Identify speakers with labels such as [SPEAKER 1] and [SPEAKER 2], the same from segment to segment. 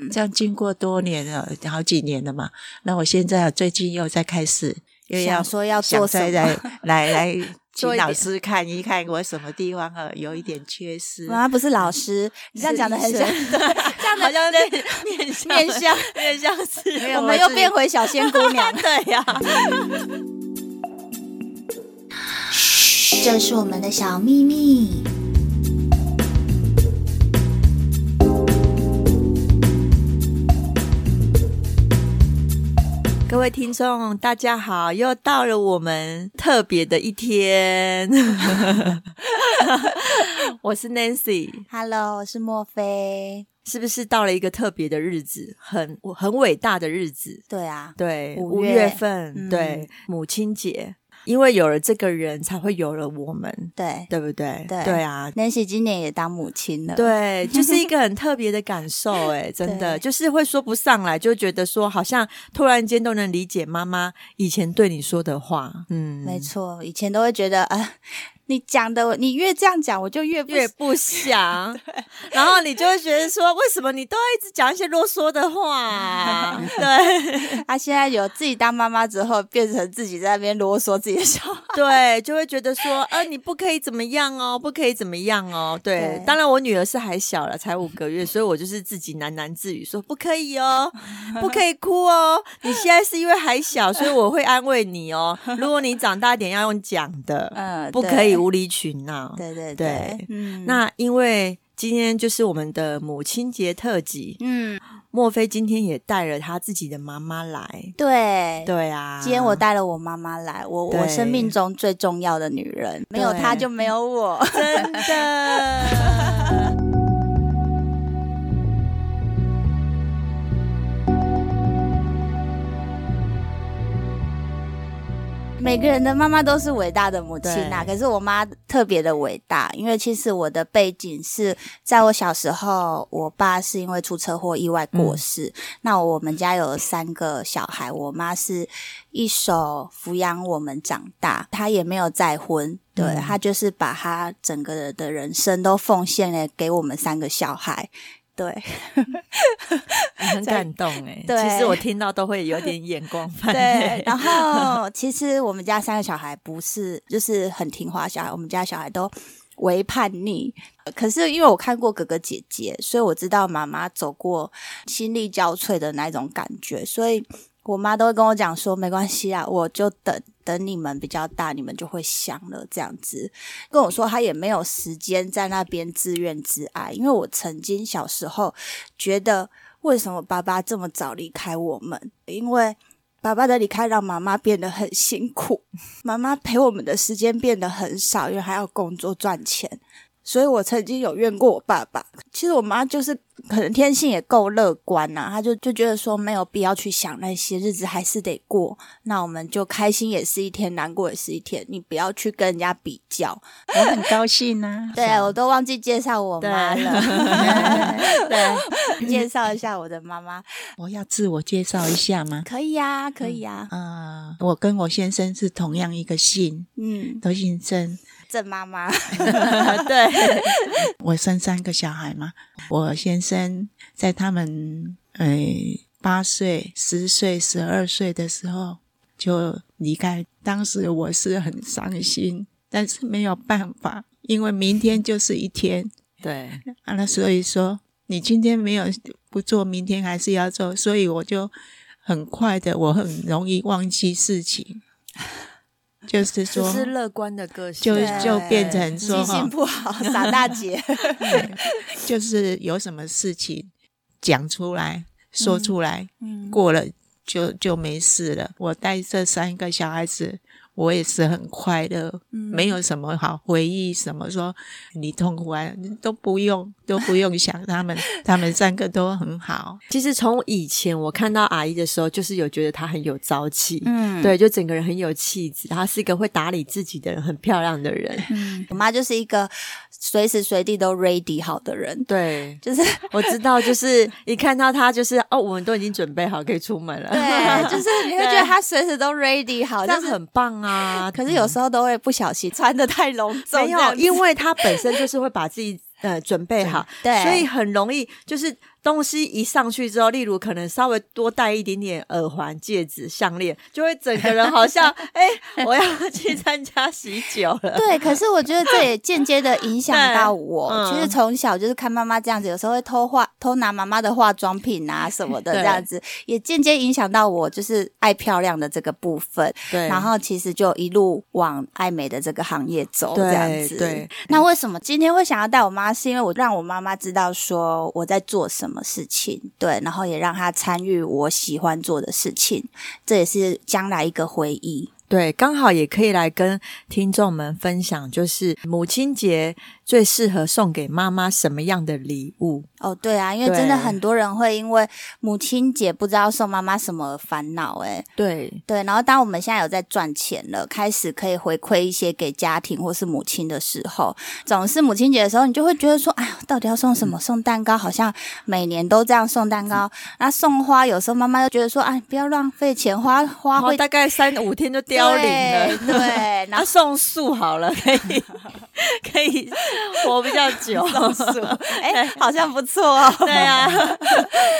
[SPEAKER 1] 嗯这样经过多年了，好几年了嘛。那我现在啊最近又在开始，又要
[SPEAKER 2] 想说要
[SPEAKER 1] 想
[SPEAKER 2] 做
[SPEAKER 1] 再
[SPEAKER 2] 什
[SPEAKER 1] 来
[SPEAKER 2] 么
[SPEAKER 1] 来 来，请
[SPEAKER 2] 做一
[SPEAKER 1] 老
[SPEAKER 2] 点
[SPEAKER 1] 师看一看我什么地方呃有一点缺失。
[SPEAKER 2] 妈妈不是老师，你这样
[SPEAKER 1] 是
[SPEAKER 2] 讲的很
[SPEAKER 1] 医
[SPEAKER 2] 像，
[SPEAKER 1] 生
[SPEAKER 2] 这样
[SPEAKER 1] 好
[SPEAKER 2] 的
[SPEAKER 1] 像在面相
[SPEAKER 2] 面相
[SPEAKER 1] 面相是，
[SPEAKER 2] 我们又变
[SPEAKER 1] 回。。
[SPEAKER 2] 回小仙姑娘
[SPEAKER 1] 对呀、
[SPEAKER 2] 这是我们的小秘密。
[SPEAKER 3] 各位听众，大家好，又到了我们特别的一天。 我是 Nancy，
[SPEAKER 2] Hello，我是莫菲。
[SPEAKER 3] 是不是到了一个特别的日子，很很伟大的日子？
[SPEAKER 2] 对啊，
[SPEAKER 3] 对，
[SPEAKER 2] 五
[SPEAKER 3] 五
[SPEAKER 2] 月
[SPEAKER 3] 月份，
[SPEAKER 2] 嗯
[SPEAKER 3] 对，母亲节，因为有了这个人，才会有了我们，
[SPEAKER 2] 对
[SPEAKER 3] 对不对？
[SPEAKER 2] 对
[SPEAKER 3] 啊。
[SPEAKER 2] ，Nancy 今年也当母亲了。，
[SPEAKER 1] 嗯
[SPEAKER 3] 对，就是一个很特别的感受、 哎，真的
[SPEAKER 2] 对
[SPEAKER 3] 就是会说不上来，就觉得说好像突然间都能理解妈妈以前对你说的话，嗯，
[SPEAKER 2] 没错，以前都会觉得啊、呃你讲的，你越这样讲，我就越不
[SPEAKER 3] 越不想， 然后你就会觉得说，为什么你都一直讲一些啰嗦的话 啊、对
[SPEAKER 2] 啊，现在有自己当妈妈之后，变成自己在那边啰嗦自己的小孩。
[SPEAKER 3] 对，就会觉得说，呃，你不可以怎么样哦，不可以怎么样哦。对，
[SPEAKER 2] 对
[SPEAKER 3] 当然我女儿是还小了，才五个月，所以我就是自己喃喃自语说，不可以 哦，不可以哭哦。你现在是因为还小，所以我会安慰你 哦。如果你长大一点，要用讲的，
[SPEAKER 2] 嗯，
[SPEAKER 3] 不
[SPEAKER 2] 对
[SPEAKER 3] 可以。无理取闹。
[SPEAKER 2] 对对
[SPEAKER 3] 对
[SPEAKER 2] 嗯，
[SPEAKER 3] 那因为今天就是我们的母亲节特辑，
[SPEAKER 2] 嗯，
[SPEAKER 3] 莫非今天也带了他自己的妈妈来？
[SPEAKER 2] 对。
[SPEAKER 3] 对啊，
[SPEAKER 2] 今天我带了我妈妈来，我我
[SPEAKER 3] 对
[SPEAKER 2] 生命中最重要的女人，没有
[SPEAKER 3] 对
[SPEAKER 2] 她就没有我。
[SPEAKER 3] 真的。
[SPEAKER 2] 每个人的妈妈都是伟大的母亲呐、
[SPEAKER 3] 对
[SPEAKER 2] 可是我妈特别的伟大，因为其实我的背景是在我小时候，我爸是因为出车祸意外过世。
[SPEAKER 3] 嗯
[SPEAKER 2] 那我们家有三个小孩，我妈是一手抚养我们长大，她也没有再婚。对
[SPEAKER 3] 嗯
[SPEAKER 2] 她就是把她整个的人生都奉献了给我们三个小孩，对，
[SPEAKER 3] 很感动哎、
[SPEAKER 2] 对
[SPEAKER 3] 其实我听到都会有点眼光泛
[SPEAKER 2] 对
[SPEAKER 3] 泪，。
[SPEAKER 2] 然后其实我们家三个小孩不是就是很听话的小孩，我们家小孩都为叛逆。呃可是因为我看过哥哥姐姐，所以我知道妈妈走过心力交瘁的那种感觉，所以我妈都会跟我讲说，没关系啊，我就等等你们比较大，你们就会想了这样子。跟我说她也没有时间在那边自怨自艾，因为我曾经小时候觉得。为什么爸爸这么早离开我们？因为爸爸的离开让妈妈变得很辛苦， 妈妈陪我们的时间变得很少，因为还要工作赚钱。所以我曾经有怨过我爸爸。其实我妈就是可能天性也够乐观呐、她就就觉得说没有必要去想那些日子，还是得过。那我们就开心也是一天，难过也是一天，你不要去跟人家比较。
[SPEAKER 1] 我很高兴
[SPEAKER 3] 啊
[SPEAKER 1] 呢、
[SPEAKER 2] 对我都忘记介绍我妈 了，对，介绍一下我的妈妈，
[SPEAKER 1] 我要自我介绍一下吗？
[SPEAKER 2] 可以呀、可以啊呀、
[SPEAKER 1] 呃，我跟我先生是同样一个姓，
[SPEAKER 2] 嗯，
[SPEAKER 1] 都姓郑。
[SPEAKER 2] 郑妈妈，
[SPEAKER 3] 对，
[SPEAKER 1] 我生三个小孩嘛，我先生在他们呃八岁、十岁、十二岁的时候就离开，当时我是很伤心，但是没有办法，因为明天就是一天
[SPEAKER 3] 对，
[SPEAKER 1] 啊。那所以说，你今天没有不做，明天还是要做，所以我就很快的，我很容易忘记事情，就是
[SPEAKER 3] 就
[SPEAKER 1] 说。
[SPEAKER 3] 是乐观的个性，
[SPEAKER 1] 就
[SPEAKER 2] 对
[SPEAKER 1] 就变成说
[SPEAKER 2] 记
[SPEAKER 1] 哈
[SPEAKER 2] 性不好，傻大 姐。
[SPEAKER 1] 就是有什么事情讲出来、说出来，
[SPEAKER 2] 嗯
[SPEAKER 1] 过了就就没事了。我带这三个小孩子，我也是很快乐，
[SPEAKER 2] 嗯
[SPEAKER 1] 没有什么好回忆，什么说你痛苦啊，都不用都不用想，他 们他们三个都很好。
[SPEAKER 3] 其实从以前我看到阿姨的时候，就是有觉得她很有朝气，
[SPEAKER 2] 嗯，
[SPEAKER 3] 对，就整个人很有气质，她是一个会打理自己的人，很漂亮的人。
[SPEAKER 2] 我妈就是一个随时随地都 ready 好的人，
[SPEAKER 3] 对，
[SPEAKER 2] 就是
[SPEAKER 3] 我知道，就是一看到她，就是哦，我们都已经准备好可以出门了，
[SPEAKER 2] 对， 就是你会觉得她随时都 ready 好，
[SPEAKER 3] 这样
[SPEAKER 2] 就是
[SPEAKER 3] 很棒啊。
[SPEAKER 2] 可是有时候都会不小心穿的太隆重，
[SPEAKER 3] 没
[SPEAKER 2] 这样
[SPEAKER 3] 有，
[SPEAKER 2] 子
[SPEAKER 3] 因为他本身就是会把自己呃准备好，
[SPEAKER 2] 对
[SPEAKER 3] 所以很容易就是东西一上去之后，例如可能稍微多带一点点耳环、戒指、项链，就会整个人好像哎、 我要去参加喜酒了。
[SPEAKER 2] 对，可是我觉得这也间接的影响到我。
[SPEAKER 3] 嗯
[SPEAKER 2] 其实从小就是看妈妈这样子，有时候会偷化、偷拿妈妈的化妆品啊什 么的，
[SPEAKER 3] 对
[SPEAKER 2] 这样子也间接影响到我，就是爱漂亮的这个部分。
[SPEAKER 3] 对
[SPEAKER 2] 然后其实就一路往爱美的这个行业走，
[SPEAKER 3] 对
[SPEAKER 2] 这样子。
[SPEAKER 3] 对，
[SPEAKER 2] 那为什么今天会想要带我妈？是因为我让我妈妈知道说我在做什么事情，对，然后也让她参与我喜欢做的事情，这也是将来一个回忆。
[SPEAKER 3] 对，刚好也可以来跟听众们分享，就是母亲节最适合送给妈妈什么样的礼物？
[SPEAKER 2] 哦，对啊，因为
[SPEAKER 3] 对
[SPEAKER 2] 真的很多人会因为母亲节不知道送妈妈什么而烦恼、哎诶，
[SPEAKER 3] 对，
[SPEAKER 2] 对。然后当我们现在有在赚钱了，开始可以回馈一些给家庭或是母亲的时候，总是母亲节的时候，你就会觉得说，哎呀，到底要送什
[SPEAKER 3] 嗯
[SPEAKER 2] 么？送蛋糕，好像每年都这样送蛋糕。那送花，有时候妈妈就觉得说，哎，不要浪费钱，花花
[SPEAKER 3] 然后
[SPEAKER 2] 会
[SPEAKER 3] 大概三五天就凋零了。啊
[SPEAKER 2] 对，对然
[SPEAKER 3] 然后
[SPEAKER 2] 后
[SPEAKER 3] 送素好 了，可以可以活比较久。
[SPEAKER 2] 哎、好像不错哦。
[SPEAKER 3] 对 啊，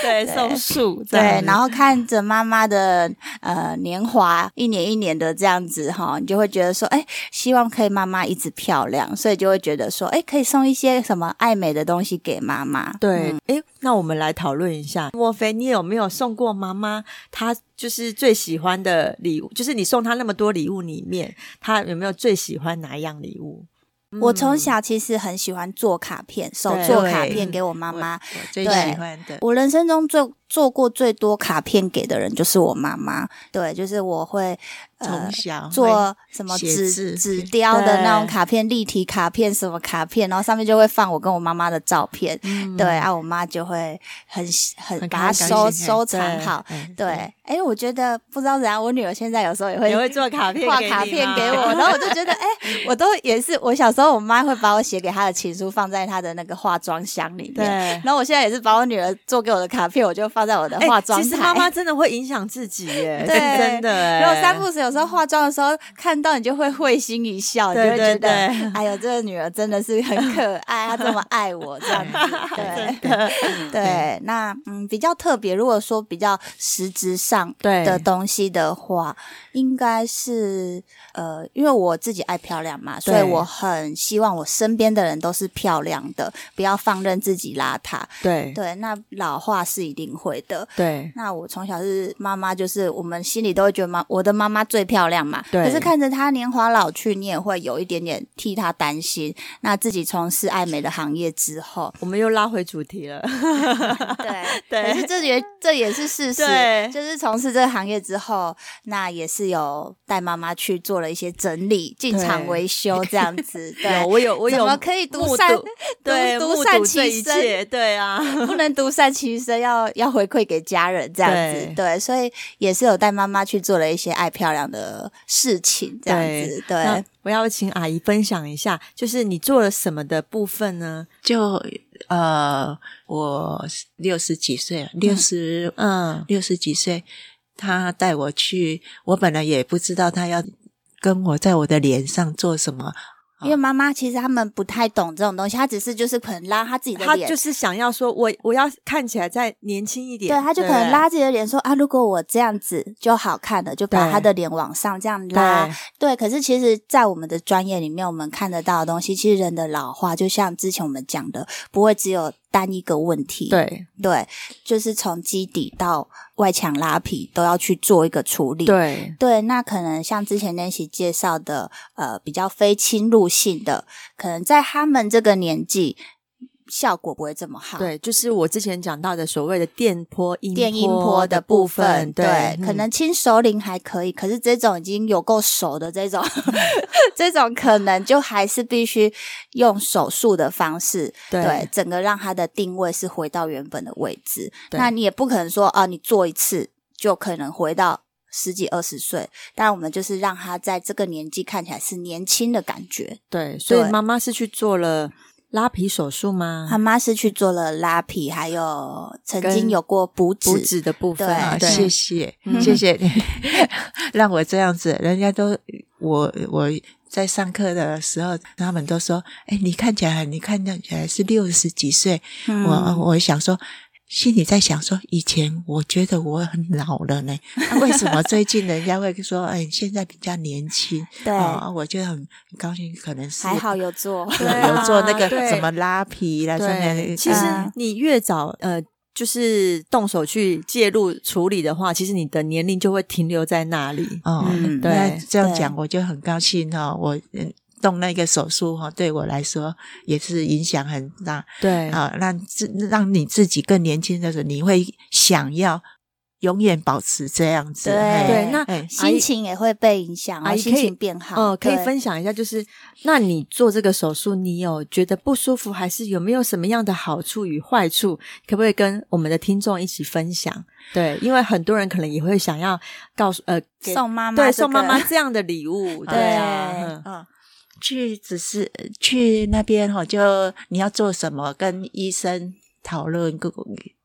[SPEAKER 3] 对送素这
[SPEAKER 2] 对
[SPEAKER 3] 样，子
[SPEAKER 2] 然后看着妈妈的呃年华一年一年的这样子哈，你就会觉得说，哎，希望可以妈妈一直漂亮，所以就会觉得说，哎，可以送一些什么爱美的东西给妈妈。
[SPEAKER 3] 对，哎、那我们来讨论一下，莫非你有没有送过妈妈她就是最喜欢的礼物？就是你送她那么多礼物里面，她有没有最喜欢哪一样礼物？
[SPEAKER 2] 嗯我从小其实很喜欢做卡片，手
[SPEAKER 3] 嗯对
[SPEAKER 2] 做卡片
[SPEAKER 1] 对
[SPEAKER 2] 给我妈妈。
[SPEAKER 1] 我最
[SPEAKER 2] 对
[SPEAKER 1] 喜欢的。
[SPEAKER 2] 我人生中最做过最多卡片给的人就是我妈妈，对，就是我会呃
[SPEAKER 1] 从
[SPEAKER 3] 哦
[SPEAKER 1] 小
[SPEAKER 2] 做什么
[SPEAKER 1] 写
[SPEAKER 2] 纸
[SPEAKER 1] 字
[SPEAKER 2] 纸雕的那种
[SPEAKER 3] 对
[SPEAKER 2] 卡片、立体卡片、什么卡片，然后上面就会放我跟我妈妈的照片。
[SPEAKER 3] 嗯
[SPEAKER 2] 对，啊，我妈就会很喜很
[SPEAKER 1] 很
[SPEAKER 2] 把它
[SPEAKER 1] 开心
[SPEAKER 2] 收
[SPEAKER 1] 很
[SPEAKER 2] 收藏
[SPEAKER 3] 对
[SPEAKER 2] 好。
[SPEAKER 1] 嗯
[SPEAKER 2] 对，哎，我觉得不知道怎样，我女儿现在有时候也会
[SPEAKER 3] 你会做卡片
[SPEAKER 2] 画
[SPEAKER 3] 给你
[SPEAKER 2] 卡片
[SPEAKER 3] 吗
[SPEAKER 2] 给我，然后我就觉得，哎、我都也是，我小时候我妈会把我写给她的情书放在她的那个化妆箱里
[SPEAKER 3] 对
[SPEAKER 2] 面，然后我现在也是把我女儿做给我的卡片，我就放在我的
[SPEAKER 3] 诶
[SPEAKER 2] 化妆台。
[SPEAKER 3] 其实妈妈真的会影响自己耶，
[SPEAKER 2] 对
[SPEAKER 3] 是真的耶。
[SPEAKER 2] 然后三不时有时候化妆的时候看到你就会会心一笑，你就
[SPEAKER 3] 对
[SPEAKER 2] 会觉得，
[SPEAKER 3] 对对
[SPEAKER 2] 哎呦，这个女儿真的是很可爱，她这么爱我这样 子，对对。那嗯，比较特别，如果说比较实质上
[SPEAKER 3] 对
[SPEAKER 2] 的东西的话，应该是呃，因为我自己爱漂亮嘛，所以我很希望我身边的人都是漂亮的，不要放任自己邋遢。
[SPEAKER 3] 对
[SPEAKER 2] 对，那老化是一定会的，
[SPEAKER 3] 对
[SPEAKER 2] 那我从小是妈妈，就是我们心里都会觉得妈我的妈妈最漂亮嘛。
[SPEAKER 3] 对，
[SPEAKER 2] 可是看着她年华老去，你也会有一点点替她担心。那自己从事爱美的行业之后
[SPEAKER 3] 我们又拉回主题了。
[SPEAKER 2] 对
[SPEAKER 3] 对
[SPEAKER 2] 可是这也这也是事实
[SPEAKER 3] 对。
[SPEAKER 2] 就是从事这个行业之后，那也是有带妈妈去做了一些整理、进场维修这样 子。对
[SPEAKER 3] 有，，我有，我
[SPEAKER 2] 怎
[SPEAKER 3] 有
[SPEAKER 2] 么可以独
[SPEAKER 3] 目
[SPEAKER 2] 善
[SPEAKER 3] 睹对
[SPEAKER 2] 独
[SPEAKER 3] 目
[SPEAKER 2] 善
[SPEAKER 3] 睹
[SPEAKER 2] 其
[SPEAKER 3] 这一
[SPEAKER 2] 身
[SPEAKER 3] 切，对啊，
[SPEAKER 2] 不能独善其身，要要回馈给家人这样子，
[SPEAKER 3] 对
[SPEAKER 2] 对，所以也是有带妈妈去做了一些爱漂亮的事情，这样子，对。
[SPEAKER 3] 那我要请阿姨分享一下，就是你做了什么的部分呢？
[SPEAKER 1] 就呃，我六十几岁了，六十呃
[SPEAKER 3] 嗯，
[SPEAKER 1] 六十几岁，他带我去，我本来也不知道他要跟我在我的脸上做什么，
[SPEAKER 2] 因为妈妈其实他们不太懂这种东西，她只是就是可能拉她自己的
[SPEAKER 3] 嗯她
[SPEAKER 2] 脸，
[SPEAKER 3] 就是想要说我我要看起来再年轻一点，
[SPEAKER 2] 对，她就可能拉自己的脸说啊，如果我这样子就好看了，就把
[SPEAKER 3] 对
[SPEAKER 2] 她的脸往上这样
[SPEAKER 3] 对
[SPEAKER 2] 拉，对，可是其实，在我们的专业里面，我们看得到的东西，其实人的老化，就像之前我们讲的，不会只有单一个问题。
[SPEAKER 3] 对
[SPEAKER 2] 对，就是从基底到外墙拉皮都要去做一个处理。
[SPEAKER 3] 对
[SPEAKER 2] 对，那可能像之前 Nancy 介绍的，呃，比较非侵入性的，可能在他们这个年纪，效果不会这么好。
[SPEAKER 3] 对，就是我之前讲到的所谓的电波音
[SPEAKER 2] 电音
[SPEAKER 3] 波
[SPEAKER 2] 波的部分，
[SPEAKER 3] 对，嗯
[SPEAKER 2] 可能轻熟龄还可以，可是这种已经有够熟的这 种，这种可能就还是必须用手术的方式，
[SPEAKER 3] 对
[SPEAKER 2] 整个让它的定位是回到原本的位置。
[SPEAKER 3] 对
[SPEAKER 2] 那你也不可能说啊，你做一次就可能回到。十几二十岁，当然我们就是让他在这个年纪看起来是年轻的感觉。
[SPEAKER 3] 对，所以
[SPEAKER 2] 对
[SPEAKER 3] 妈妈是去做了拉皮手术吗
[SPEAKER 2] 他？妈是去做了拉皮，还有曾经
[SPEAKER 3] 嗯跟
[SPEAKER 2] 有过补
[SPEAKER 3] 补
[SPEAKER 2] 脂，
[SPEAKER 3] 脂的部分，
[SPEAKER 2] 哎对
[SPEAKER 3] 对
[SPEAKER 1] 啊，谢谢，
[SPEAKER 3] 嗯
[SPEAKER 1] 谢谢你 让我这样子，人家都我我在上课的时候，他们都说，哎，你看起来你看起来是六十几岁，
[SPEAKER 2] 嗯
[SPEAKER 1] 我我想说。心里在想说，以前我觉得我很老了呢，啊、为什么最近人家会说，哎，你现在比较年轻？
[SPEAKER 2] 对，
[SPEAKER 1] 啊，我觉得很很高兴，可能是
[SPEAKER 2] 还好有做，
[SPEAKER 1] 有
[SPEAKER 3] 哦对啊
[SPEAKER 1] 有做那个
[SPEAKER 3] 对
[SPEAKER 1] 什么拉皮啦，什么
[SPEAKER 3] 对，其实
[SPEAKER 2] 嗯
[SPEAKER 3] 你越早呃，就是动手去介入处理的话，其实你的年龄就会停留在那 里。
[SPEAKER 1] 哦，
[SPEAKER 2] 嗯
[SPEAKER 3] 对
[SPEAKER 1] 那这样
[SPEAKER 2] 对
[SPEAKER 1] 讲我就很高兴哦，我嗯动那个手术哈、哦，对我来说也是影响很大
[SPEAKER 3] 对
[SPEAKER 1] 啊，让自让你自己更年轻的时候，你会想要永远保持这样子，
[SPEAKER 2] 对
[SPEAKER 1] 嘿
[SPEAKER 3] 对，那
[SPEAKER 1] 哎
[SPEAKER 3] 阿姨
[SPEAKER 2] 心情也会被影响，
[SPEAKER 3] 阿
[SPEAKER 2] 啊，
[SPEAKER 3] 姨
[SPEAKER 2] 心
[SPEAKER 3] 可以
[SPEAKER 2] 情变好。
[SPEAKER 3] 哦，可以
[SPEAKER 2] 对
[SPEAKER 3] 分享一下，就是那你做这个手术，你有觉得不舒服，还是有没有什么样的好处与坏处？可不可以跟我们的听众一起分享？对，因为很多人可能也会想要告诉呃，给
[SPEAKER 2] 送妈妈这个，
[SPEAKER 3] 对送妈妈这样的礼 物，对啊，
[SPEAKER 1] 啊、去只是去那边哈、就你要做什么，跟医生讨论、跟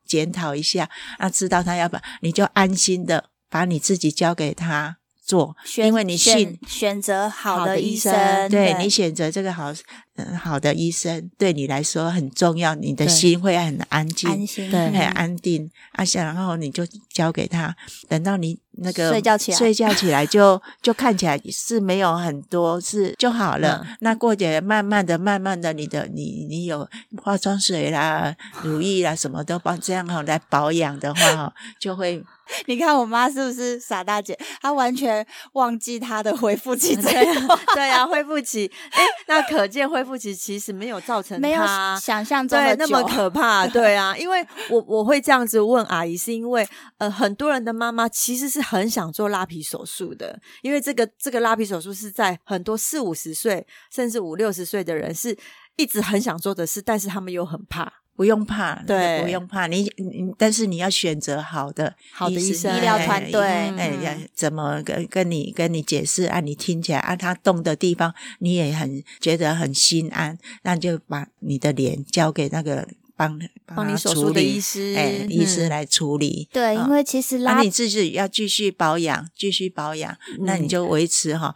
[SPEAKER 1] 检讨一下，啊，知道他要不，你就安心的把你自己交给他做，
[SPEAKER 2] 选，
[SPEAKER 1] 因为你信
[SPEAKER 2] 选。选择好
[SPEAKER 3] 好的
[SPEAKER 2] 的
[SPEAKER 3] 医
[SPEAKER 2] 医
[SPEAKER 3] 生
[SPEAKER 2] 生，
[SPEAKER 1] 对你选择这个好、嗯好的医生，对你来说很重要，你的
[SPEAKER 3] 对
[SPEAKER 1] 心会很安静，
[SPEAKER 2] 安心，
[SPEAKER 3] 对
[SPEAKER 1] 很
[SPEAKER 2] 嗯
[SPEAKER 1] 安定啊。想然后你就交给他，等到你那个
[SPEAKER 2] 睡觉起来
[SPEAKER 1] 睡觉起来就就看起来是没有很多是就好了。
[SPEAKER 2] 嗯
[SPEAKER 1] 那过节慢慢的、慢慢的，你的你你有化妆水啦、乳液啦，什么都帮这样哈、来保养的话、哦，就会
[SPEAKER 2] 你看我妈是不是傻大姐？她完全忘记她的回复 期这样，
[SPEAKER 3] 对啊，恢复期，哎，那可见恢复期其实没有造成
[SPEAKER 2] 没有
[SPEAKER 3] 她
[SPEAKER 2] 想象中
[SPEAKER 3] 对
[SPEAKER 2] 的，
[SPEAKER 3] 那么
[SPEAKER 2] 久
[SPEAKER 3] 可 怕，对啊，因为我我会这样子问阿姨，是因为呃，很多人的妈妈其实是很想做拉皮手术的，因为这个这个拉皮手术是在很多四五十岁甚至五六十岁的人是一直很想做的事，但是他们又很怕
[SPEAKER 1] 不用怕，真的
[SPEAKER 3] 对
[SPEAKER 1] 不用怕。你你，但是你要选择好的
[SPEAKER 3] 好的医
[SPEAKER 1] 师
[SPEAKER 3] 生
[SPEAKER 2] 医疗团队
[SPEAKER 1] 哎
[SPEAKER 2] 嗯
[SPEAKER 1] 哎呀，怎么跟跟你跟你解释啊？你听起来啊，他动的地方你也很觉得很心安，那就把你的脸交给那个帮
[SPEAKER 3] 帮你
[SPEAKER 1] 他
[SPEAKER 3] 手
[SPEAKER 1] 处
[SPEAKER 3] 术的
[SPEAKER 1] 理
[SPEAKER 3] 医师，
[SPEAKER 1] 哎医师
[SPEAKER 3] 嗯，
[SPEAKER 1] 来处理。
[SPEAKER 2] 对，
[SPEAKER 1] 啊
[SPEAKER 2] 因为其实
[SPEAKER 1] 那、
[SPEAKER 2] 拉
[SPEAKER 1] 你自己要继续保养，继续保养，那你
[SPEAKER 3] 嗯
[SPEAKER 1] 就维持哈。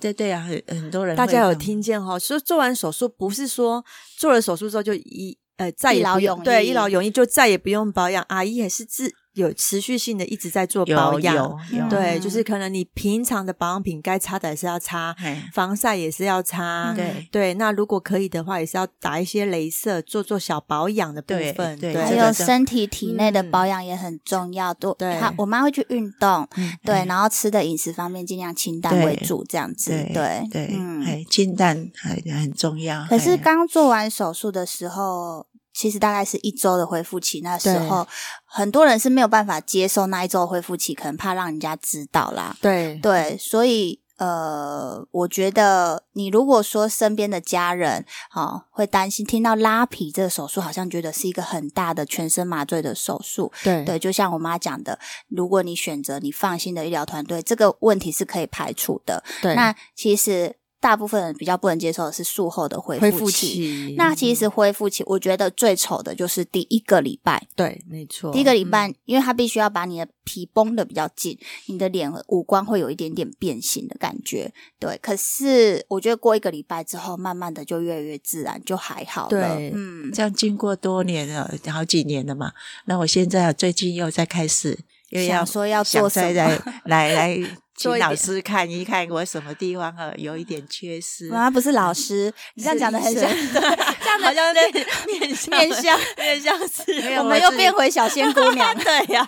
[SPEAKER 1] 对对啊，很很多人
[SPEAKER 3] 大家
[SPEAKER 1] 会
[SPEAKER 3] 有
[SPEAKER 1] 这样
[SPEAKER 3] 听见哈、说做完手术不是说做了手术之后就一呃再也
[SPEAKER 2] 一劳
[SPEAKER 3] 不用
[SPEAKER 2] 永
[SPEAKER 3] 对
[SPEAKER 2] 逸
[SPEAKER 3] 一劳永逸就再也不用保养，阿姨也是自有持续性的一直在做
[SPEAKER 1] 有
[SPEAKER 3] 保养，
[SPEAKER 1] 有有
[SPEAKER 3] 对，
[SPEAKER 2] 嗯
[SPEAKER 3] 就是可能你平常的保养品该擦的也是要擦，
[SPEAKER 1] 哎
[SPEAKER 3] 防晒也是要擦，
[SPEAKER 2] 嗯
[SPEAKER 1] 对
[SPEAKER 3] 对。那如果可以的话，也是要打一些镭射，做做小保养的部
[SPEAKER 1] 对
[SPEAKER 3] 分，
[SPEAKER 1] 对
[SPEAKER 2] 还
[SPEAKER 1] 这
[SPEAKER 2] 有
[SPEAKER 1] 个真
[SPEAKER 2] 身体体内的
[SPEAKER 3] 嗯
[SPEAKER 2] 保养也很重要。多
[SPEAKER 3] 对
[SPEAKER 2] 她我妈会去运动，
[SPEAKER 3] 嗯
[SPEAKER 2] 对，然后吃的饮食方面尽量清淡
[SPEAKER 1] 对
[SPEAKER 2] 为主，这样子，对
[SPEAKER 1] 对，
[SPEAKER 2] 嗯。
[SPEAKER 1] 哎，清淡很很重要。
[SPEAKER 2] 可是
[SPEAKER 1] 哎
[SPEAKER 2] 刚做完手术的时候。其实大概是一周的恢复期，那时
[SPEAKER 3] 对
[SPEAKER 2] 候很多人是没有办法接受那一周的恢复期，可能怕让人家知道啦。
[SPEAKER 3] 对
[SPEAKER 2] 对，所以呃，我觉得你如果说身边的家人哦、会担心听到拉皮这个手术，好像觉得是一个很大的全身麻醉的手术。
[SPEAKER 3] 对
[SPEAKER 2] 对，就像我妈讲的，如果你选择你放心的医疗团队，这个问题是可以排除的。
[SPEAKER 3] 对
[SPEAKER 2] 那其实大部分人比较不能接受的是术后的恢
[SPEAKER 3] 恢
[SPEAKER 2] 复
[SPEAKER 3] 复
[SPEAKER 2] 期。
[SPEAKER 3] 期，嗯
[SPEAKER 2] 那其实恢复期，我觉得最丑的就是第一个礼拜，
[SPEAKER 3] 对，没错，
[SPEAKER 2] 第一个
[SPEAKER 1] 哦
[SPEAKER 2] 礼拜，
[SPEAKER 1] 嗯
[SPEAKER 2] 因为它必须要把你的皮绷得比较紧，你的脸五官会有一点点变形的感觉。对，可是我觉得过一个礼拜之后，慢慢的就越来越自然，就还好了。
[SPEAKER 3] 对
[SPEAKER 2] 嗯，
[SPEAKER 1] 这样经过多年了，好几年了嘛，那我现在啊最近又在开始又要
[SPEAKER 2] 想说要
[SPEAKER 1] 想
[SPEAKER 2] 做
[SPEAKER 1] 再
[SPEAKER 2] 什
[SPEAKER 1] 来
[SPEAKER 2] 么，
[SPEAKER 1] 来来
[SPEAKER 3] 做
[SPEAKER 1] 请
[SPEAKER 3] 一
[SPEAKER 1] 老
[SPEAKER 3] 点
[SPEAKER 1] 师看一看我什么地方啊有一点缺失。
[SPEAKER 2] 妈妈啊不是老师，你这样讲的很像，
[SPEAKER 3] 是医生
[SPEAKER 2] 这 样的
[SPEAKER 3] 好像
[SPEAKER 2] 对
[SPEAKER 3] 面 面相
[SPEAKER 2] 面相，
[SPEAKER 3] 面相是。
[SPEAKER 1] 没有
[SPEAKER 2] 我们
[SPEAKER 1] 我
[SPEAKER 2] 又
[SPEAKER 1] 是
[SPEAKER 2] 变回小 仙姑娘
[SPEAKER 3] 对呀、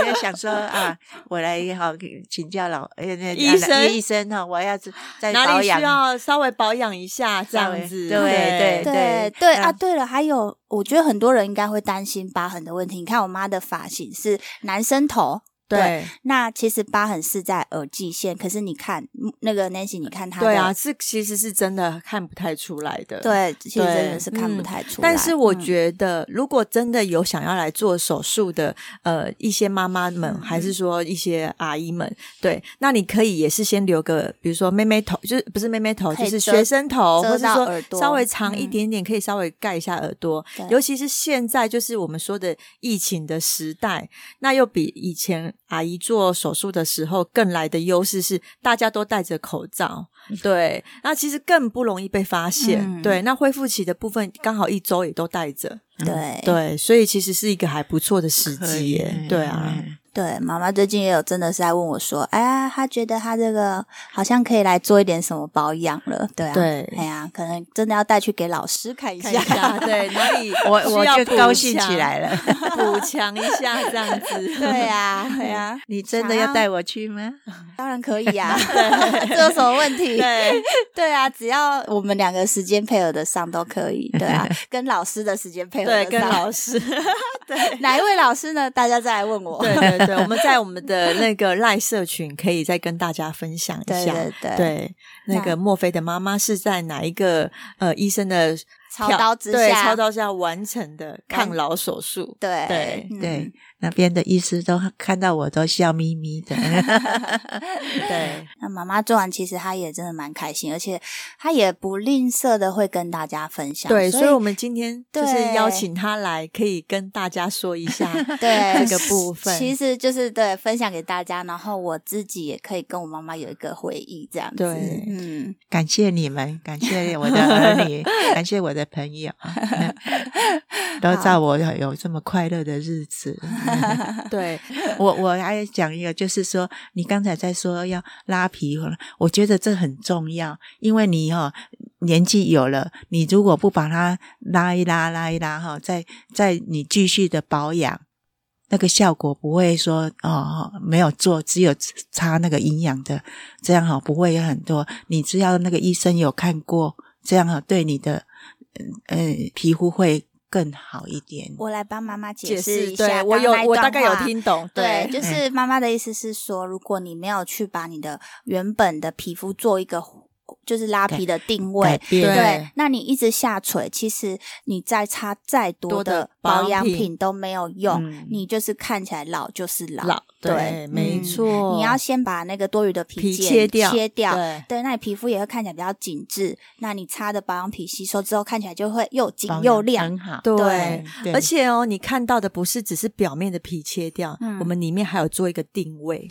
[SPEAKER 1] 我也想说啊，我来好请教老呃那
[SPEAKER 3] 医
[SPEAKER 1] 那
[SPEAKER 3] 生
[SPEAKER 1] 医生哈，我要再再
[SPEAKER 3] 哪
[SPEAKER 1] 保
[SPEAKER 3] 里需
[SPEAKER 1] 养。
[SPEAKER 3] 要稍微保养一下这
[SPEAKER 1] 稍
[SPEAKER 3] 样
[SPEAKER 1] 微
[SPEAKER 3] 子？
[SPEAKER 1] 对对
[SPEAKER 2] 对
[SPEAKER 1] 对
[SPEAKER 2] 对啊，
[SPEAKER 1] 嗯
[SPEAKER 2] 对了，还有，我觉得很多人应该会担心疤痕的问题。你看我妈的发型是男生头，
[SPEAKER 3] 对
[SPEAKER 2] 那其实疤痕是在耳际线，可是你看嗯那个 Nancy，你看她的
[SPEAKER 3] 对啊，是其实是真的看不太出来的。。
[SPEAKER 2] 对，其实真的
[SPEAKER 3] 对
[SPEAKER 2] 是看
[SPEAKER 3] 嗯
[SPEAKER 2] 不太出来。
[SPEAKER 3] 但是我
[SPEAKER 2] 嗯
[SPEAKER 3] 觉得，如果真的有想要来做手术的，呃，一些妈妈们，
[SPEAKER 2] 嗯
[SPEAKER 3] 还是说一些阿姨们，对，那你可以也是先留个，比如说妹妹头，就是不是妹妹头，
[SPEAKER 2] 可
[SPEAKER 3] 就
[SPEAKER 2] 以
[SPEAKER 3] 是
[SPEAKER 2] 遮
[SPEAKER 3] 学生头，
[SPEAKER 2] 遮
[SPEAKER 3] 或是
[SPEAKER 2] 到耳
[SPEAKER 3] 说
[SPEAKER 2] 朵
[SPEAKER 3] 稍微长一
[SPEAKER 2] 嗯
[SPEAKER 3] 点点，可以稍微盖一下耳朵
[SPEAKER 2] 对。
[SPEAKER 3] 尤其是现在，就是我们说的疫情的时代，那又比以前阿姨做手术的时候，更来的优势是大家都戴着口罩，
[SPEAKER 1] 嗯
[SPEAKER 3] 对，那其实更不容易被发现，
[SPEAKER 2] 嗯
[SPEAKER 3] 对。那恢复期的部分刚好一周也都戴着，
[SPEAKER 2] 对
[SPEAKER 3] 嗯对，所以其实是一个还不错的时
[SPEAKER 1] 哎可
[SPEAKER 3] 机
[SPEAKER 1] 以
[SPEAKER 3] 耶，对啊，
[SPEAKER 1] 哎
[SPEAKER 2] 对，妈妈最近也有真的是在问我说，哎呀，她觉得她这个好像可以来做一点什么保养了，对啊，
[SPEAKER 3] 对
[SPEAKER 2] 哎呀，可能真的要带去给老师看一
[SPEAKER 3] 看一下，对哪里
[SPEAKER 1] 我我
[SPEAKER 3] 需要
[SPEAKER 1] 就
[SPEAKER 3] 补
[SPEAKER 1] 高兴
[SPEAKER 3] 强
[SPEAKER 1] 起来，了。
[SPEAKER 3] 补强一下这样子，
[SPEAKER 2] 对 呀、啊，对呀、啊，
[SPEAKER 1] 你真的要带我去吗？
[SPEAKER 2] 当然可以 啊，这有什么问题？
[SPEAKER 3] 嗯
[SPEAKER 1] 哎
[SPEAKER 3] 对，
[SPEAKER 2] 对啊，只要我们两个时间配合得上都可以，对啊，跟老师的时间配合
[SPEAKER 3] 对，
[SPEAKER 2] 得
[SPEAKER 3] 跟
[SPEAKER 2] 上，
[SPEAKER 3] 老师，
[SPEAKER 2] 哪一位老师呢？大家再来问 我。
[SPEAKER 3] 对对对，我们在我们的那个赖社群可以再跟大家分享一
[SPEAKER 2] 对
[SPEAKER 3] 下。
[SPEAKER 2] 对对，
[SPEAKER 3] 对，那
[SPEAKER 2] 那
[SPEAKER 3] 个墨菲的妈妈是在哪一个呃医生的
[SPEAKER 2] 操
[SPEAKER 3] 挑
[SPEAKER 2] 刀之
[SPEAKER 3] 对
[SPEAKER 2] 下
[SPEAKER 3] 操刀下完成的抗老手术？
[SPEAKER 2] 对
[SPEAKER 3] 对
[SPEAKER 2] 嗯
[SPEAKER 1] 对，那边的医师都看到我都笑眯眯的。
[SPEAKER 3] 对
[SPEAKER 2] 那妈妈做完，其实她也真的蛮开心，而且她也不吝啬的会跟大家分享。
[SPEAKER 3] 对，
[SPEAKER 2] 所
[SPEAKER 3] 所以我们今天就是
[SPEAKER 2] 对
[SPEAKER 3] 邀请他来，可以跟大家说一下
[SPEAKER 2] 对
[SPEAKER 3] 这个部分。
[SPEAKER 2] 其实就是对分享给大家，然后我自己也可以跟我妈妈有一个回忆，这样子。
[SPEAKER 3] 对
[SPEAKER 2] 嗯，
[SPEAKER 1] 感谢你们，感谢我的儿女，感谢我的朋友，啊 都照我有这么快乐的日子。
[SPEAKER 3] 对
[SPEAKER 1] 我我还讲一个，就是说你刚才在说要拉皮，我觉得这很重要，因为你哈、年纪有了，你如果不把它拉一拉拉一拉哈、再再你继续的保养，那个效果不会说哦没有做，只有擦那个营养的，这样哈、不会有很多。你只要那个医生有看过，这样哈、对你的嗯嗯皮肤会更好一点。
[SPEAKER 2] 我来帮妈妈解
[SPEAKER 3] 解
[SPEAKER 2] 释
[SPEAKER 3] 释，
[SPEAKER 2] 一
[SPEAKER 3] 对
[SPEAKER 2] 下刚
[SPEAKER 3] 我
[SPEAKER 2] 刚
[SPEAKER 3] 有
[SPEAKER 2] 那一
[SPEAKER 3] 我大
[SPEAKER 2] 段
[SPEAKER 3] 概有
[SPEAKER 2] 话
[SPEAKER 3] 听懂，
[SPEAKER 2] 对，就是妈妈的意思是说，如果你没有去把你的原本的皮肤做一个就是拉皮的定
[SPEAKER 1] 改
[SPEAKER 2] 位，
[SPEAKER 1] 变
[SPEAKER 2] 对，
[SPEAKER 3] 对
[SPEAKER 2] 那你一直下垂，其实你再擦再多
[SPEAKER 3] 多的
[SPEAKER 2] 的保
[SPEAKER 3] 保
[SPEAKER 2] 养
[SPEAKER 3] 养品
[SPEAKER 2] 品都没有用，
[SPEAKER 1] 嗯
[SPEAKER 2] 你就是看起来老就是老。
[SPEAKER 3] 老
[SPEAKER 2] 对
[SPEAKER 3] 对，没
[SPEAKER 2] 嗯
[SPEAKER 3] 错，
[SPEAKER 2] 你要先把那个多余的皮
[SPEAKER 3] 皮
[SPEAKER 2] 剪
[SPEAKER 3] 切掉，
[SPEAKER 2] 切掉，
[SPEAKER 3] 对
[SPEAKER 2] 对，那你皮肤也会看起来比较紧致。那你擦的保养品吸收之后，看起来就会又紧
[SPEAKER 1] 保
[SPEAKER 2] 又
[SPEAKER 1] 养
[SPEAKER 2] 亮。
[SPEAKER 1] 很好，
[SPEAKER 3] 对。
[SPEAKER 1] 对
[SPEAKER 3] 而且哦，你看到的不是只是表面的皮切掉，
[SPEAKER 2] 嗯
[SPEAKER 3] 我们里面还有做一个定位。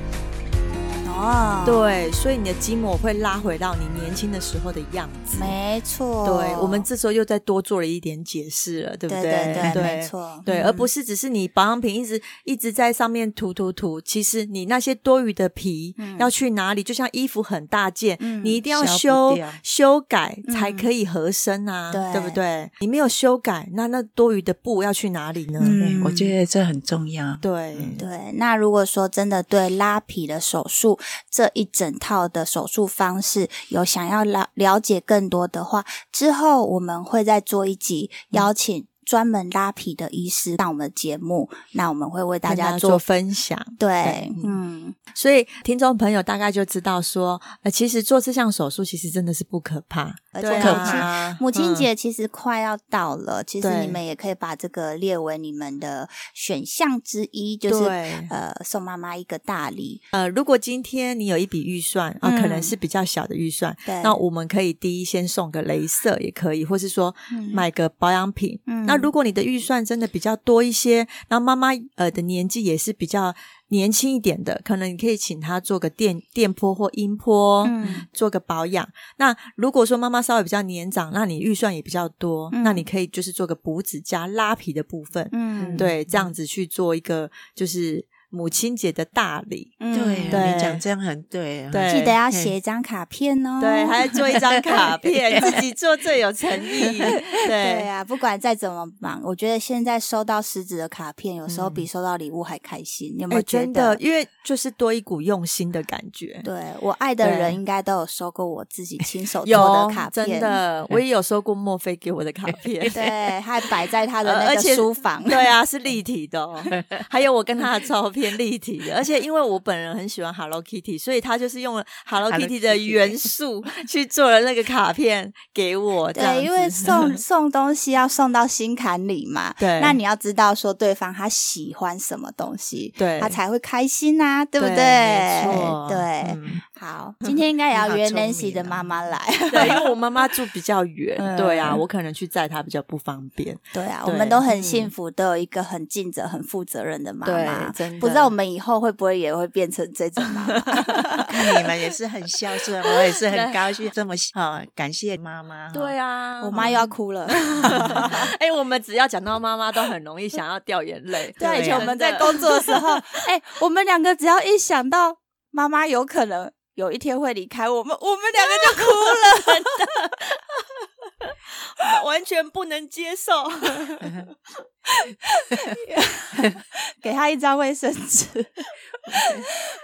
[SPEAKER 2] 哦，
[SPEAKER 3] 对，所以你的筋膜会拉回到你年轻的时候的样子。
[SPEAKER 2] 没错，
[SPEAKER 3] 对，我们这时候又再多做了一点解释哦了，对
[SPEAKER 2] 对
[SPEAKER 3] 不
[SPEAKER 2] 对
[SPEAKER 3] 对
[SPEAKER 2] 对没。错，
[SPEAKER 3] 对，而不
[SPEAKER 2] 是
[SPEAKER 3] 是只是你保养品一直一直在上面涂涂涂，其实你那些多余的皮
[SPEAKER 2] 嗯
[SPEAKER 3] 要去哪里？就像衣服很大件，
[SPEAKER 2] 嗯
[SPEAKER 3] 你一定要
[SPEAKER 1] 消
[SPEAKER 3] 修
[SPEAKER 1] 不掉
[SPEAKER 3] 修改才
[SPEAKER 2] 嗯
[SPEAKER 3] 可以合身啊，
[SPEAKER 2] 对
[SPEAKER 3] 对不对？你没有修改，那那多余的布要去哪里呢？
[SPEAKER 1] 对
[SPEAKER 2] 嗯
[SPEAKER 1] 我觉得这很重要。
[SPEAKER 3] 对，
[SPEAKER 2] 对，那如果说真的对拉皮的手术这一整套的手术方式有想要了了解更多的话，之后我们会再做一集邀请专门拉皮的医师上我们的节目，那我们会为大
[SPEAKER 3] 跟
[SPEAKER 2] 家
[SPEAKER 3] 做
[SPEAKER 2] 做
[SPEAKER 3] 分享。
[SPEAKER 2] 对
[SPEAKER 3] 对，
[SPEAKER 2] 嗯，
[SPEAKER 3] 所以听众朋友大概就知道说，呃，其实做这项手术其实真的是不可怕，
[SPEAKER 2] 而且
[SPEAKER 3] 对啊
[SPEAKER 1] 可
[SPEAKER 2] 怕母亲节其实快要到了，其实
[SPEAKER 3] 嗯对
[SPEAKER 2] 你们也可以把这个列为你们的选项之一，就是
[SPEAKER 3] 嗯对，
[SPEAKER 2] 呃送妈妈一个大礼。
[SPEAKER 3] 呃，如果今天你有一笔预算啊、
[SPEAKER 2] 嗯
[SPEAKER 3] 可能是比较小的预算，
[SPEAKER 2] 对，
[SPEAKER 3] 那我们可以第一先送个镭射也可以，或是说
[SPEAKER 2] 嗯
[SPEAKER 3] 买个保养品。
[SPEAKER 2] 嗯
[SPEAKER 3] 那如果你的预算真的比较多一些，然后妈妈呃的年纪也是比较年轻一点的，可能你可以请她做个电电波或音波。
[SPEAKER 2] 嗯
[SPEAKER 3] 做个保养。那如果说妈妈稍微比较年长，那你预算也比较多，
[SPEAKER 2] 嗯
[SPEAKER 3] 那你可以就是做个补脂加拉皮的部分，
[SPEAKER 2] 嗯
[SPEAKER 3] 对，这样子去做一个就是母亲节的大礼，
[SPEAKER 2] 嗯
[SPEAKER 1] 啊
[SPEAKER 3] 对
[SPEAKER 1] 你讲这样很对啊。
[SPEAKER 3] 对，
[SPEAKER 2] 记得要
[SPEAKER 1] 嘿
[SPEAKER 2] 写一张卡片哦。
[SPEAKER 3] 对，还要做一张卡片，自己做最有诚 意，
[SPEAKER 2] 对
[SPEAKER 3] 对。
[SPEAKER 2] 啊，不管再怎么忙，我觉得现在收到实质的卡片，有时候比收到礼物还开心。你有
[SPEAKER 3] 嗯
[SPEAKER 2] 没
[SPEAKER 3] 哎、
[SPEAKER 2] 有觉
[SPEAKER 3] 真
[SPEAKER 2] 得
[SPEAKER 3] 的，？因为就是多一股用心的感觉，
[SPEAKER 2] 对我爱的人
[SPEAKER 3] 对
[SPEAKER 2] 应该都有收过我自己亲 手做
[SPEAKER 3] 有
[SPEAKER 2] 的卡片，
[SPEAKER 3] 真的，我也有收过墨菲给我的卡片，
[SPEAKER 2] 对，还摆在他的啊
[SPEAKER 3] 呃
[SPEAKER 2] 那
[SPEAKER 3] 而
[SPEAKER 2] 个
[SPEAKER 3] 且
[SPEAKER 2] 书房。
[SPEAKER 3] 对啊，是立体的、哦，还有我跟他的照片，偏立体 的，而且因为我本人很喜欢 Hello Kitty，所以他就是用了 Hello
[SPEAKER 1] Hello
[SPEAKER 3] Kitty 的
[SPEAKER 1] Kitty
[SPEAKER 3] 元素去做了那个卡片给我。这样
[SPEAKER 2] 对，因为
[SPEAKER 3] 子
[SPEAKER 2] 送送东西要送到心坎里嘛。
[SPEAKER 3] 对
[SPEAKER 2] 那你要知道说对方他喜欢什么东西，
[SPEAKER 3] 对
[SPEAKER 2] 他才会开心呐、对不
[SPEAKER 3] 对
[SPEAKER 2] 对
[SPEAKER 3] 没错？
[SPEAKER 2] 对，
[SPEAKER 3] 嗯
[SPEAKER 2] 好，今天应该也要
[SPEAKER 1] 你好
[SPEAKER 2] 约
[SPEAKER 1] 聪
[SPEAKER 2] Nancy
[SPEAKER 1] 明
[SPEAKER 2] 的
[SPEAKER 1] 哦
[SPEAKER 2] 妈妈来。
[SPEAKER 3] 对，因为我妈妈住比较远，
[SPEAKER 2] 嗯
[SPEAKER 3] 对啊，我可能去载她比较不方便。
[SPEAKER 2] 对啊，
[SPEAKER 3] 对嗯
[SPEAKER 2] 我们都很幸福，都有一个很尽责、很负责任的妈妈
[SPEAKER 3] 对。真的
[SPEAKER 2] 不知道我们以后会不会也会变成这种妈妈？
[SPEAKER 1] 看你们也是很孝顺，我也 是很高兴，这么啊、感谢妈妈。哈
[SPEAKER 3] 对啊，
[SPEAKER 2] 我妈又要哭 了。
[SPEAKER 3] 哎、我们只要讲到妈妈，都很容易想要掉眼泪。
[SPEAKER 2] 对啊，以前我们在
[SPEAKER 3] 公
[SPEAKER 2] 工作的时候，哎、我们两个只要一想到妈妈有可能有一天会离开我们，我们两个就哭了。
[SPEAKER 3] 完全不能接受，
[SPEAKER 2] 给她一张卫生纸，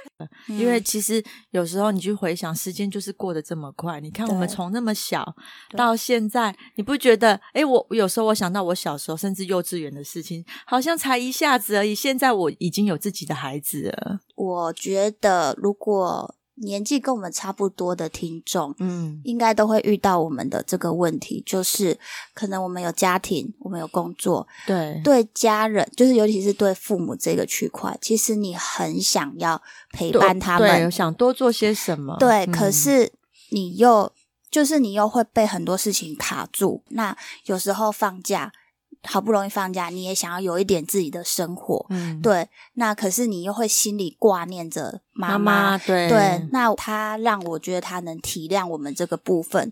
[SPEAKER 3] 因为其实有时候你去回想，时间就是过得这么快。你看，我们
[SPEAKER 2] 对
[SPEAKER 3] 从那么小
[SPEAKER 2] 对
[SPEAKER 3] 到现在，你不觉得？哎、我我有时候我想到我小时候，甚至幼稚园的事情，好像才一下子而已。现在我已经有自己的孩子了，
[SPEAKER 2] 我觉得如果年纪跟我们差不多的听众，
[SPEAKER 3] 嗯，
[SPEAKER 2] 应该都会遇到我们的这个问题，就是可能我们有家庭，我们有工作，
[SPEAKER 3] 对，
[SPEAKER 2] 对家人，就是尤其是对父母这个区块，其实你很想要陪
[SPEAKER 3] 多
[SPEAKER 2] 伴他
[SPEAKER 3] 对
[SPEAKER 2] 们
[SPEAKER 3] 我，想多做些什么，
[SPEAKER 2] 对，
[SPEAKER 3] 嗯
[SPEAKER 2] 可是你又就是你又会被很多事情卡住。那有时候放假，好不容易放假，你也想要有一点自己的生活，
[SPEAKER 3] 嗯，
[SPEAKER 2] 对，那可是你又会心里挂念着妈
[SPEAKER 3] 妈
[SPEAKER 2] 妈。
[SPEAKER 3] 妈，对
[SPEAKER 2] 对，那他让我觉得他能体谅我们这个部分，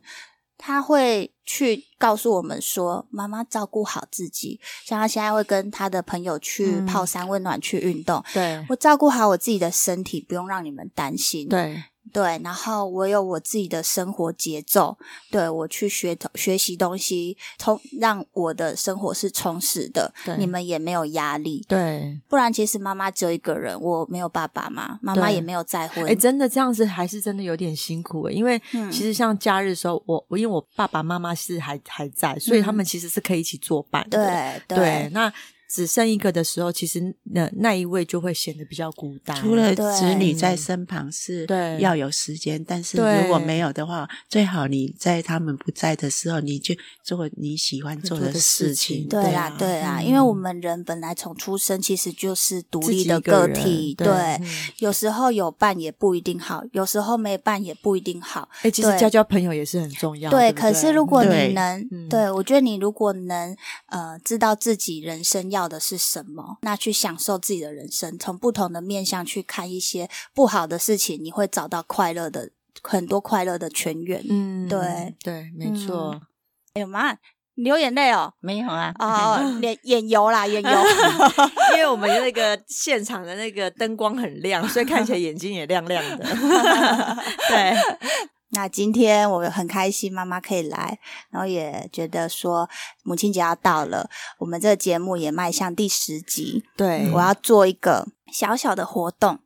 [SPEAKER 2] 他会去告诉我们说，妈妈照顾好自己。像他现在会跟他的朋友去
[SPEAKER 3] 嗯
[SPEAKER 2] 泡山温暖去运动，
[SPEAKER 3] 对
[SPEAKER 2] 我照顾好我自己的身体，不用让你们担心。
[SPEAKER 3] 对，
[SPEAKER 2] 对，然后我有我自己的生活节奏，对我去学学习东西，充让我的生活是充实的
[SPEAKER 3] 对，
[SPEAKER 2] 你们也没有压力。
[SPEAKER 3] 对，
[SPEAKER 2] 不然，其实妈妈只有一个人，我没有爸爸嘛，妈妈
[SPEAKER 3] 对
[SPEAKER 2] 也没有再婚。
[SPEAKER 3] 哎、真的这样子还是真的有点辛苦欸诶，因为
[SPEAKER 2] 嗯
[SPEAKER 3] 其实像假日的时候，我我因为我爸爸妈妈是还还在，所以他们其实是可以一起作伴的。
[SPEAKER 2] 对
[SPEAKER 3] 对那只剩一个的时候，其实那那一位就会显得比较孤单。
[SPEAKER 1] 除了
[SPEAKER 2] 对
[SPEAKER 1] 子女在身旁是
[SPEAKER 3] 对
[SPEAKER 1] 要有时间，但是
[SPEAKER 3] 对
[SPEAKER 1] 如果没有的话，最好你在他们不在的时候，你就做你喜欢做
[SPEAKER 3] 做
[SPEAKER 1] 的
[SPEAKER 3] 的
[SPEAKER 1] 事
[SPEAKER 3] 事情
[SPEAKER 1] 情。
[SPEAKER 2] 对啦
[SPEAKER 1] 啊，
[SPEAKER 2] 对啦，因为我们人本来从出生其实就是独
[SPEAKER 3] 嗯自己
[SPEAKER 2] 立的
[SPEAKER 3] 一个人
[SPEAKER 2] 体，
[SPEAKER 3] 对
[SPEAKER 2] 对，
[SPEAKER 3] 嗯
[SPEAKER 2] 有时候有伴也不一定好，有时候没伴也不一定好。
[SPEAKER 3] 哎、其实
[SPEAKER 2] 对
[SPEAKER 3] 交交朋友也是很重要。对不对，
[SPEAKER 2] 可是如果
[SPEAKER 3] 嗯
[SPEAKER 2] 你
[SPEAKER 1] 对
[SPEAKER 2] 能，对
[SPEAKER 3] 嗯
[SPEAKER 2] 我觉得你如果能，呃，知道自己人生要的是什么，那去享受自己的人生，从不同的面向去看一些不好的事情，你会找到快乐的很多快乐的泉源。
[SPEAKER 3] 嗯，
[SPEAKER 2] 对
[SPEAKER 3] 对，没错。
[SPEAKER 2] 嗯你流眼泪哦，
[SPEAKER 1] 没有啊，
[SPEAKER 2] 哦，眼眼油啦，眼油。
[SPEAKER 3] 因为我们那个现场的那个灯光很亮，所以看起来眼睛也亮亮的。对，
[SPEAKER 2] 那今天我很开心，妈妈可以来，然后也觉得说母亲节要到了，我们这个节目也迈向第十集，
[SPEAKER 3] 对
[SPEAKER 2] 我要做一个小小的活动，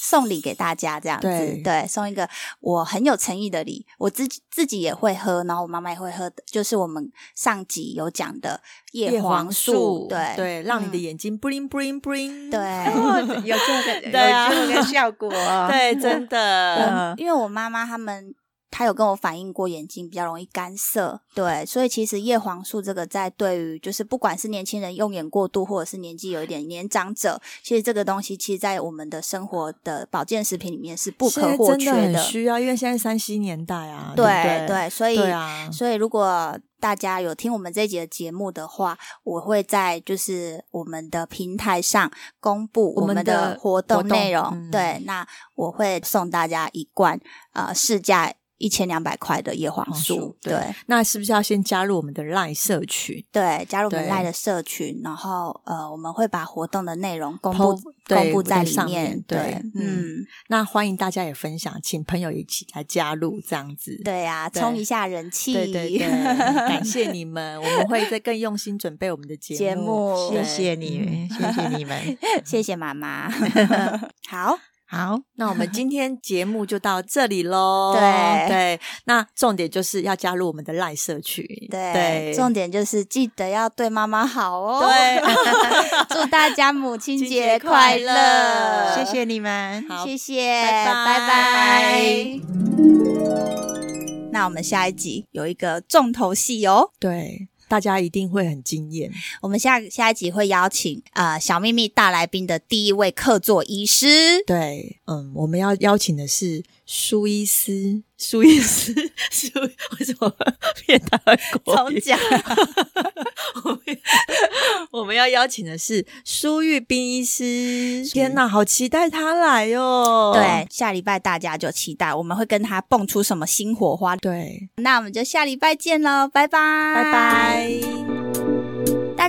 [SPEAKER 2] 送礼给大家，这样子，
[SPEAKER 3] 对
[SPEAKER 2] 对送一个我很有诚意的礼，我自己自己也会喝，然后我妈妈也会喝的，就是我们上集有讲的叶黄素，对
[SPEAKER 3] 对，让你的
[SPEAKER 2] 嗯
[SPEAKER 3] 眼睛 bling bling bling。
[SPEAKER 2] 对。
[SPEAKER 1] 有这个
[SPEAKER 3] 对啊
[SPEAKER 1] 有这个效果 哦。
[SPEAKER 3] 对，真的，
[SPEAKER 2] 嗯我因为我妈妈他们，她有跟我反映过眼睛比较容易干涩，对，所以其实叶黄素这个在对于就是不管是年轻人用眼过度，或者是年纪有一点年长者，其实这个东西其实，在我们的生活的保健食品里面是不可
[SPEAKER 3] 现
[SPEAKER 2] 或
[SPEAKER 3] 在真
[SPEAKER 2] 缺
[SPEAKER 3] 的很
[SPEAKER 2] 的，
[SPEAKER 3] 需要，因为现在山西年代啊，
[SPEAKER 2] 对
[SPEAKER 3] 对不对
[SPEAKER 2] 对，所以
[SPEAKER 3] 对啊，
[SPEAKER 2] 所以，如果大家有听我们这一集的节目的话，我会在就是我们的平台上公布
[SPEAKER 3] 我
[SPEAKER 2] 我
[SPEAKER 3] 们
[SPEAKER 2] 们
[SPEAKER 3] 的
[SPEAKER 2] 的活
[SPEAKER 3] 活
[SPEAKER 2] 动
[SPEAKER 3] 动
[SPEAKER 2] 内容。
[SPEAKER 3] 嗯
[SPEAKER 2] 对，那我会送大家一罐呃市价一千两百块的叶黄
[SPEAKER 3] 黄
[SPEAKER 2] 素。
[SPEAKER 3] 素对
[SPEAKER 2] 对
[SPEAKER 3] 那是不是要先加入我们的 LINE 社群？
[SPEAKER 2] 对，加入我们
[SPEAKER 3] 对
[SPEAKER 2] 赖的社群，然后呃，我们会把活动的内容公布
[SPEAKER 3] Po- 对
[SPEAKER 2] 公布在
[SPEAKER 3] 在
[SPEAKER 2] 里
[SPEAKER 3] 上
[SPEAKER 2] 面。
[SPEAKER 3] 面
[SPEAKER 2] 对
[SPEAKER 3] 对，
[SPEAKER 2] 嗯，
[SPEAKER 3] 那欢迎大家也分享，请朋友一起来加入，这样子。
[SPEAKER 2] 对呀、
[SPEAKER 3] 对
[SPEAKER 2] 冲一下人气。
[SPEAKER 3] 对对 对，感谢你们，我们会再更用心准备我们的节
[SPEAKER 2] 节
[SPEAKER 3] 目。
[SPEAKER 2] 目
[SPEAKER 3] 嗯
[SPEAKER 1] 谢谢你们，谢谢你们。
[SPEAKER 2] 谢谢妈妈。好，
[SPEAKER 1] 好，
[SPEAKER 3] 那我们今天节目就到这里喽。
[SPEAKER 2] 对
[SPEAKER 3] 对，那重点就是要加入我们的赖社群。
[SPEAKER 2] 对，
[SPEAKER 3] 对，
[SPEAKER 2] 重点就是记得要对妈妈好哦。
[SPEAKER 3] 对，
[SPEAKER 2] 祝大家母亲
[SPEAKER 3] 亲
[SPEAKER 2] 节
[SPEAKER 3] 节
[SPEAKER 2] 快
[SPEAKER 3] 快
[SPEAKER 2] 乐！
[SPEAKER 3] 乐
[SPEAKER 1] 谢谢你们，
[SPEAKER 3] 好
[SPEAKER 2] 谢谢，
[SPEAKER 3] 拜拜
[SPEAKER 2] 拜拜。那我们下一集有一个重头戏哦，
[SPEAKER 3] 对，大家一定会很惊艳。
[SPEAKER 2] 我们下下一集会邀请呃小秘密大来宾的第一位客座医师，
[SPEAKER 3] 对，嗯，我们要邀请的是苏伊斯，苏伊斯，苏， 为什么变台湾国
[SPEAKER 2] 从
[SPEAKER 3] 语？
[SPEAKER 2] 讲
[SPEAKER 3] 我们 我们要邀请的是苏玉斌医师。天哪，好期待他来哦！
[SPEAKER 2] 对，下礼拜大家就期待我们会跟他蹦出什么新火花。
[SPEAKER 3] 对，
[SPEAKER 2] 那我们就下礼拜见喽，拜拜，
[SPEAKER 3] 拜拜，
[SPEAKER 2] 大